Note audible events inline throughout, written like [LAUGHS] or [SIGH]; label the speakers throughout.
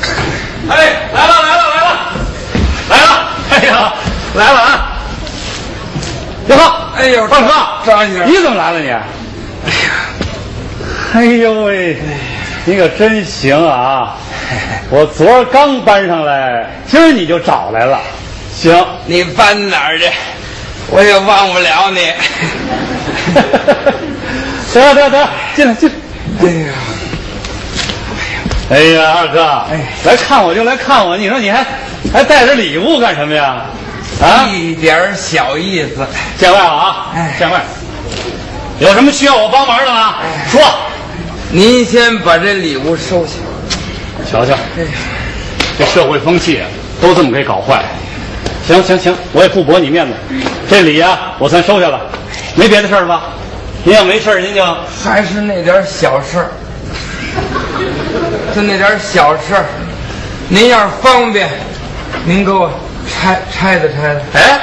Speaker 1: 啊二哥，
Speaker 2: 呦，张先生
Speaker 1: 你怎么来了你？哎呦喂，你可真行啊！我昨儿刚搬上来，今儿你就找来了。行，
Speaker 2: 你搬哪儿去？我也忘不了你。
Speaker 1: 得了得了得了，进来进来。
Speaker 2: 哎呀，
Speaker 1: 哎呀，二哥，
Speaker 2: 哎
Speaker 1: 来看我就来看我，你说你还还带着礼物干什么呀？啊，
Speaker 2: [LAUGHS] 一点儿小意思。
Speaker 1: 见外了啊
Speaker 2: 哎，
Speaker 1: 见外。有什么需要我帮忙的吗？
Speaker 2: 哎
Speaker 1: 说，
Speaker 2: 您先把这礼物收下。
Speaker 1: 瞧瞧，
Speaker 2: 哎呀，
Speaker 1: 这社会风气啊，都这么给搞坏。行行行，我也不驳你面子，这礼啊，我算收下了，没别的事儿了吧？您要没事儿，您就
Speaker 2: 还是那点儿小事儿，就那点儿小事儿。您要是方便，您给我拆拆的拆的，
Speaker 1: 哎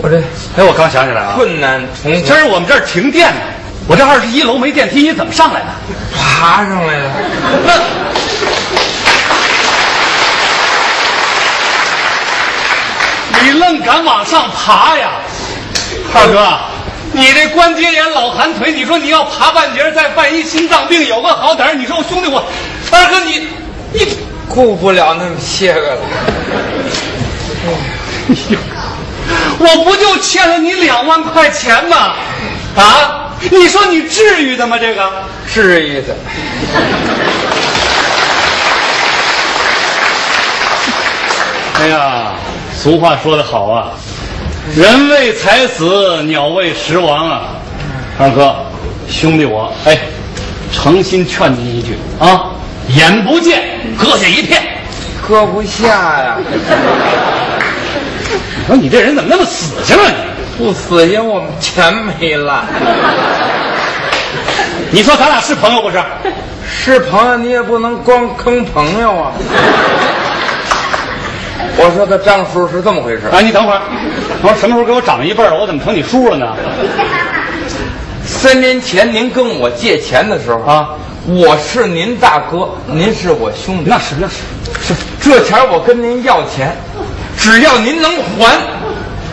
Speaker 2: 我这
Speaker 1: 哎，我刚想起来啊，
Speaker 2: 困难重重
Speaker 1: 今儿我们这儿停电呢，我这二十一楼没电梯，你怎么上来的？
Speaker 2: 爬上来了。
Speaker 1: 那你愣敢往上爬呀，二哥？你这关节炎老寒腿，你说你要爬半截儿，再犯一心脏病，有个好歹儿。你说我兄弟我，二哥你你，
Speaker 2: 顾不了那么些个了。
Speaker 1: 我不就欠了你两万块钱吗？啊，你说你至于的吗？这个
Speaker 2: 至于的。
Speaker 1: 哎呀，俗话说得好啊，人为财死，鸟为食亡啊。二哥，兄弟我，哎，诚心劝您一句啊，眼不见，搁下一片。
Speaker 2: 搁不下呀，
Speaker 1: 你说你这人怎么那么死性啊
Speaker 2: 不死因我们全没了。
Speaker 1: 你？你说咱俩是朋友不是？啊
Speaker 2: 是朋友，你也不能光坑朋友啊。我说的张叔是这么回事，
Speaker 1: 啊，你等会儿，我说什么时候给我长一辈儿，我怎么成你叔了呢？
Speaker 2: 三年前您跟我借钱的时候
Speaker 1: 啊，
Speaker 2: 我是您大哥，您是我兄弟。
Speaker 1: 那是那是，
Speaker 2: 是这钱儿我跟您要钱，只要您能还，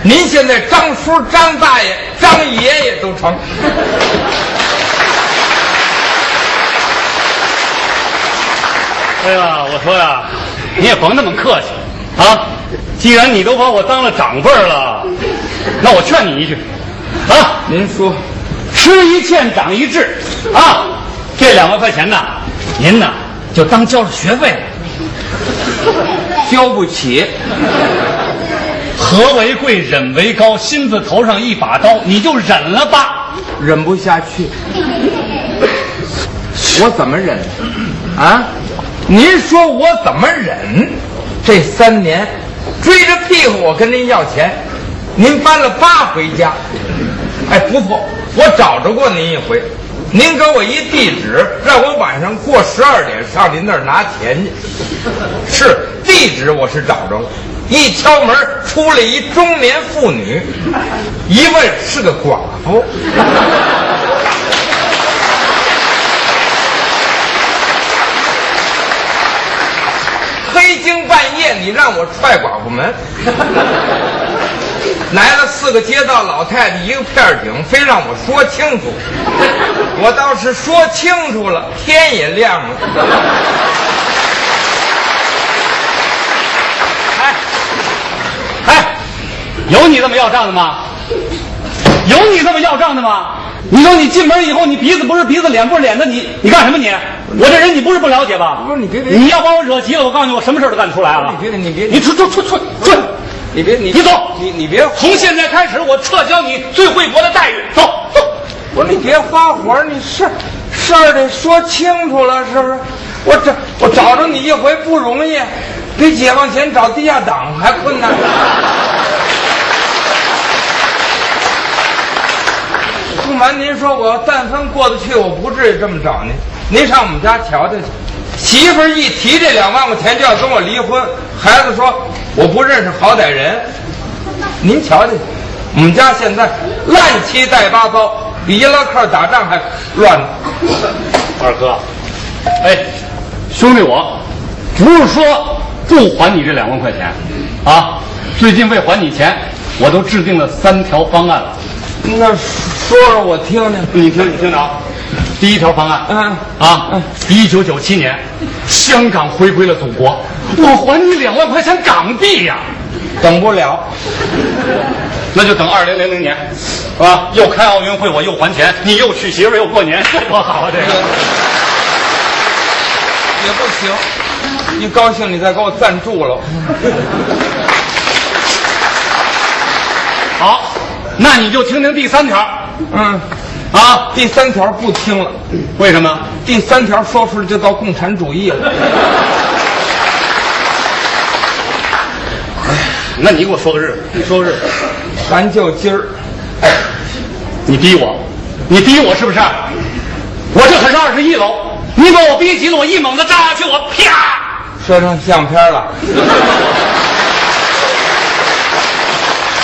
Speaker 2: 您现在张叔、张大爷、张爷爷都成。
Speaker 1: 哎呀，我说呀，你也甭那么客气啊！既然你都把我当了长辈儿了，那我劝你一句，啊，
Speaker 2: 您说，
Speaker 1: 吃一堑长一智啊！这两万块钱呐，您呐就当交了学费了。
Speaker 2: 交不起，
Speaker 1: 和为贵，忍为高，心字头上一把刀，你就忍了吧。
Speaker 2: 忍不下去，我怎么忍？啊？您说我怎么忍？这三年追着屁股我跟您要钱，您搬了八回家。哎，不错，我找着过您一回，您给我一地址，让我晚上过十二点上您那儿拿钱去。是地址我是找着了，一敲门出来一中年妇女，一问是个寡妇。黑经半夜，你让我踹寡妇 [LAUGHS] 门。来了四个街道老太太，一个片儿警，非让我说清楚。我倒是说清楚了，天也亮了。哎，
Speaker 1: 哎，有你这么要账的吗？有你这么要账的吗？你说你进门以后，你鼻子不是鼻子，脸不是脸的，你你干什么你？我这人你不是不了解吧？
Speaker 2: 不是你别别
Speaker 1: 你要把我惹急了，我告诉你，我什么事儿都干得出来啊！
Speaker 2: 你别你别
Speaker 1: 你出出出出出！
Speaker 2: 你别你
Speaker 1: 你走
Speaker 2: 你你别，
Speaker 1: 从现在开始，我撤销你最惠国的待遇。走走，
Speaker 2: 我说你别发火，你事事儿得说清楚了，是不是？我找我找着你一回不容易，比解放前找地下党还困难。不瞒您说，我要但凡过得去，我不至于这么找您。您上我们家瞧瞧去。媳妇儿一提这两万块钱就要跟我离婚，孩子说我不认识好歹人。您瞧瞧，我们家现在乱七八糟，比伊拉克打仗还乱呢。
Speaker 1: 二哥，哎，兄弟我，不是说不还你这两万块钱啊！最近为还你钱，我都制定了三条方案了。
Speaker 2: 那说说我听听。
Speaker 1: 你听，你听着啊，第一条方案，
Speaker 2: 嗯
Speaker 1: 啊，一九九七年，香港回归了祖国，我还你两万块钱港币呀、
Speaker 2: 等不了，
Speaker 1: 那就等二零零零年，啊，又开奥运会，我又还钱，你又娶媳妇儿又过年，多好啊！这个，
Speaker 2: 也不行。一高兴你再给我赞助了，
Speaker 1: [LAUGHS] 好，那你就听听第三条，
Speaker 2: 嗯，
Speaker 1: 啊，
Speaker 2: 第三条不听了，
Speaker 1: 为什么？
Speaker 2: 第三条说出来就到共产主义了。
Speaker 1: 那你给我说个日子，你说个日子，
Speaker 2: 咱就今儿，
Speaker 1: 你逼我，你逼我是不是？啊我这可是二十一楼，你把我逼急了，我一猛子扎下去，我啪！
Speaker 2: 说成相片了。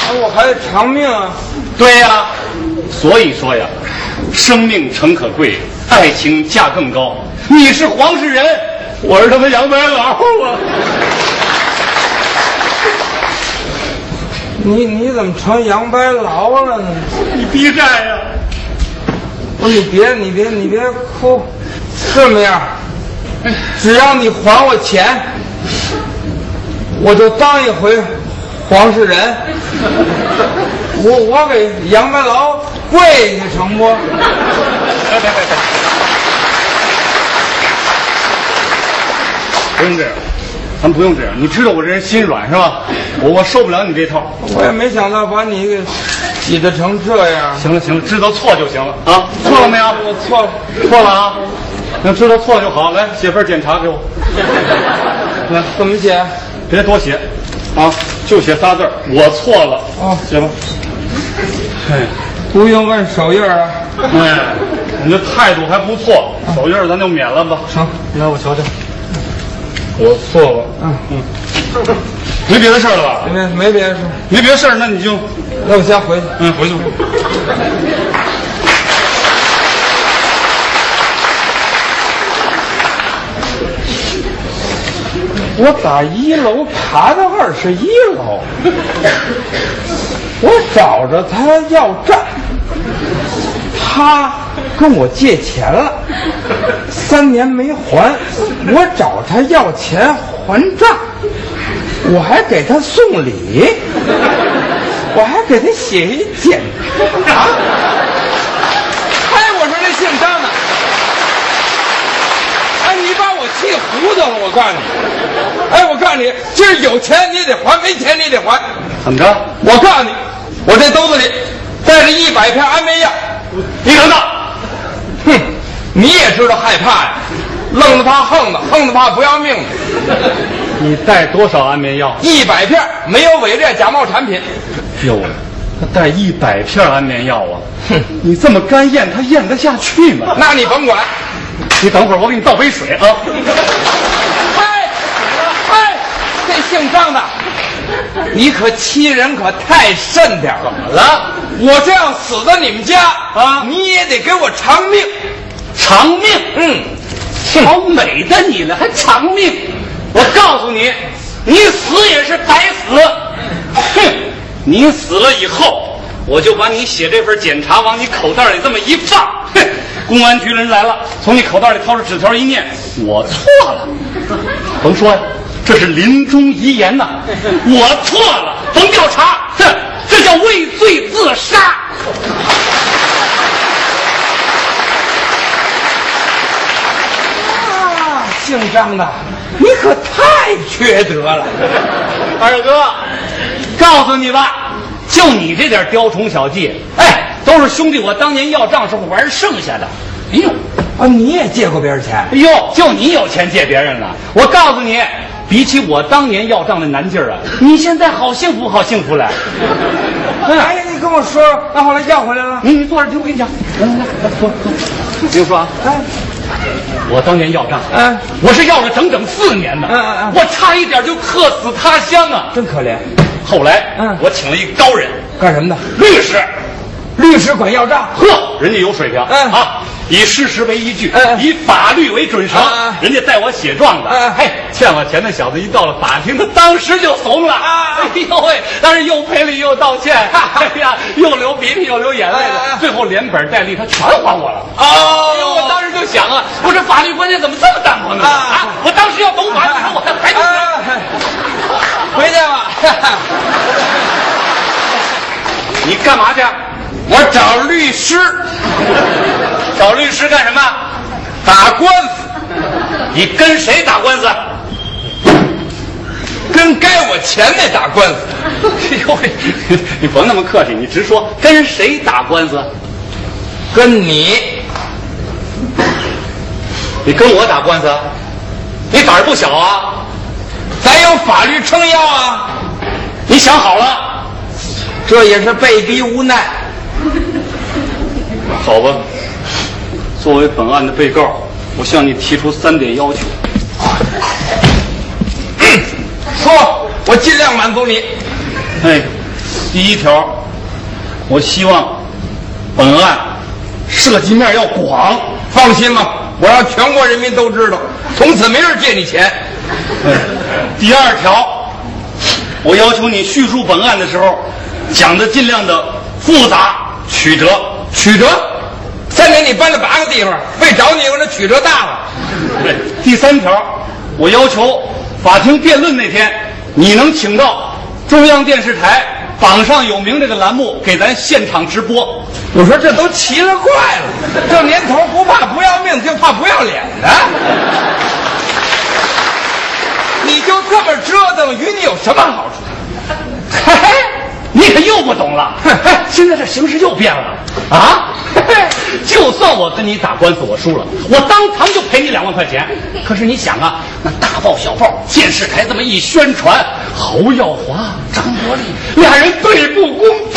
Speaker 2: 哎我还得偿命啊！
Speaker 1: 对呀、所以说呀，生命诚可贵，爱情价更高。你是黄世仁，我是他妈杨白劳啊！
Speaker 2: 你你怎么成杨白劳了呢？
Speaker 1: 你逼债呀、 [LAUGHS]
Speaker 2: 不是，你别你别你别哭，这么样，只要你还我钱，我就当一回黄世仁。我我给杨白劳跪下成不？
Speaker 1: 别别别别！不用这样，咱不用这样。你知道我这人心软是吧？我我受不了你这套。
Speaker 2: 我也没想到把你给挤得成这样。
Speaker 1: 行了行了，知道错就行了啊！错了没有？
Speaker 2: 我错了，
Speaker 1: 错了啊！那知道错就好。来，写份检查给我。 [LAUGHS] 来，
Speaker 2: 怎么写？
Speaker 1: 别多写，啊，就写仨字儿，我错了。
Speaker 2: 哦
Speaker 1: 写吧。哎，
Speaker 2: 不用问手印儿啊。
Speaker 1: 哎，你这态度还不错，手印儿咱就免了吧。
Speaker 2: 成，
Speaker 1: 来，我瞧瞧。我错了，
Speaker 2: 嗯，
Speaker 1: 没别的事儿了吧？
Speaker 2: 没没别的事，
Speaker 1: 没别的事儿，那你就
Speaker 2: 那我先回去。
Speaker 1: 嗯回去 [LAUGHS] 吧。
Speaker 2: 我打一楼爬到二十一楼，我找着他要账，他跟我借钱了，三年没还，我找他要钱还账，我还给他送礼，我还给他写一检查。哎，我说这姓张的，哎，你把我气糊涂了，我告诉你，哎，我告诉你，今儿有钱你得还，没钱你得还。
Speaker 1: 怎么着？
Speaker 2: 我告诉你，我这兜子里带着一百片安眠药。
Speaker 1: 你等等，
Speaker 2: 哼，你也知道害怕呀，愣的怕横的，横的怕不要命的。
Speaker 1: [LAUGHS] 你带多少安眠药？
Speaker 2: 一百片没有伪劣假冒产品，
Speaker 1: 哟，哎他带一百片安眠药啊！
Speaker 2: 哼，
Speaker 1: [LAUGHS] 你这么干咽，他咽得下去吗？ [LAUGHS]
Speaker 2: 那你甭管。
Speaker 1: 你等会儿，我给你倒杯水 [LAUGHS] 啊。
Speaker 2: 嗨，嗨，哎这姓张的，你可欺人可太甚点儿了。
Speaker 1: 怎么了？
Speaker 2: 我这样死在你们家
Speaker 1: 啊
Speaker 2: 你也得给我偿命。
Speaker 1: 偿命！
Speaker 2: 嗯，
Speaker 1: 好美的你了，还偿命！我告诉你，你死也是白死。哼，你死了以后，我就把你写这份检查往你口袋里这么一放。哼，公安局人来了，从你口袋里掏出纸条一念，我错了。甭说呀，这是临终遗言呐、我错了，甭调查。哼，这叫畏罪自杀。
Speaker 2: 啊，姓张的，你可太缺德了。
Speaker 1: [LAUGHS] 二哥，告诉你吧，就你这点雕虫小技，哎，都是兄弟我当年要账时候玩剩下的。哎呦，
Speaker 2: 啊，你也借过别人钱？
Speaker 1: 哎呦，就你有钱借别人了。我告诉你，比起我当年要账的难劲儿啊，你现在好幸福，好幸福来。
Speaker 2: 哎呀，你跟我说说，那后来要回来了？
Speaker 1: 你你坐着听我跟你讲，来来来，说说，比如说啊，
Speaker 2: 哎，
Speaker 1: 我当年要账，
Speaker 2: 嗯
Speaker 1: 我是要了整整四年呢，
Speaker 2: 嗯嗯嗯
Speaker 1: 我差一点就客死他乡啊。
Speaker 2: 真可怜，
Speaker 1: 后来，
Speaker 2: 嗯
Speaker 1: 我请了一高人，
Speaker 2: 干什么的？
Speaker 1: 律师。
Speaker 2: 律师管要账。
Speaker 1: 呵，人家有水平，
Speaker 2: 嗯
Speaker 1: 啊，以事实为依据，
Speaker 2: 哎
Speaker 1: 以法律为准绳
Speaker 2: 啊啊。
Speaker 1: 人家带我写状子
Speaker 2: 哎，
Speaker 1: 嘿，欠我钱的小子一到了法庭，他当时就怂了。
Speaker 2: 啊
Speaker 1: 哎呦喂，但是又赔礼又道歉，哎呀，又流鼻涕又流眼泪
Speaker 2: 哎哎
Speaker 1: 的
Speaker 2: 哎，
Speaker 1: 最后连本带利他全还我了。
Speaker 2: 哦
Speaker 1: 哎呦我当时就想啊，不是法律观念怎么这么淡薄呢？
Speaker 2: 啊
Speaker 1: 啊，我当时要懂法，你看我还能活
Speaker 2: 哎回去吧。
Speaker 1: 你干嘛去？
Speaker 2: 我找律师
Speaker 1: [LAUGHS] 找律师干什么？
Speaker 2: 打官司，
Speaker 1: 你跟谁打官 [LAUGHS] 司？
Speaker 2: 跟该我钱那打官司。
Speaker 1: 哎呦喂，你甭那么客气，你直说，跟谁打官司？
Speaker 2: 跟你，
Speaker 1: 你跟我打官司？你胆儿不小啊！
Speaker 2: 咱有法律撑腰啊，
Speaker 1: 你想好了？
Speaker 2: 这也是被逼无奈。
Speaker 1: 好吧，作为本案的被告，我向你提出三点要求。
Speaker 2: 说，我尽量满足你。
Speaker 1: 哎，第一条，我希望本案涉及面要广。
Speaker 2: 放心吧，我让全国人民都知道，从此没人借你钱。
Speaker 1: 第二条，我要求你叙述本案的时候，讲的尽量的复杂曲折。
Speaker 2: 曲折，三年你搬了八个地方，为找你我这曲折大了。
Speaker 1: 对，第三条，我要求法庭辩论那天，你能请到中央电视台《榜上有名》这个栏目给咱现场直播。
Speaker 2: 我说这都奇了怪了，这年头不怕不要命，就怕不要脸的。你就这么折腾，与你有什么好处？嘿嘿，
Speaker 1: [LAUGHS] 你可又不懂了，现在这形势又变了啊！就算我跟你打官司，我输了，我当堂就赔你两万块钱。可是你想啊，那大报小报，电视台这么一宣传，侯耀华、张国立俩人对簿公堂，
Speaker 2: 啊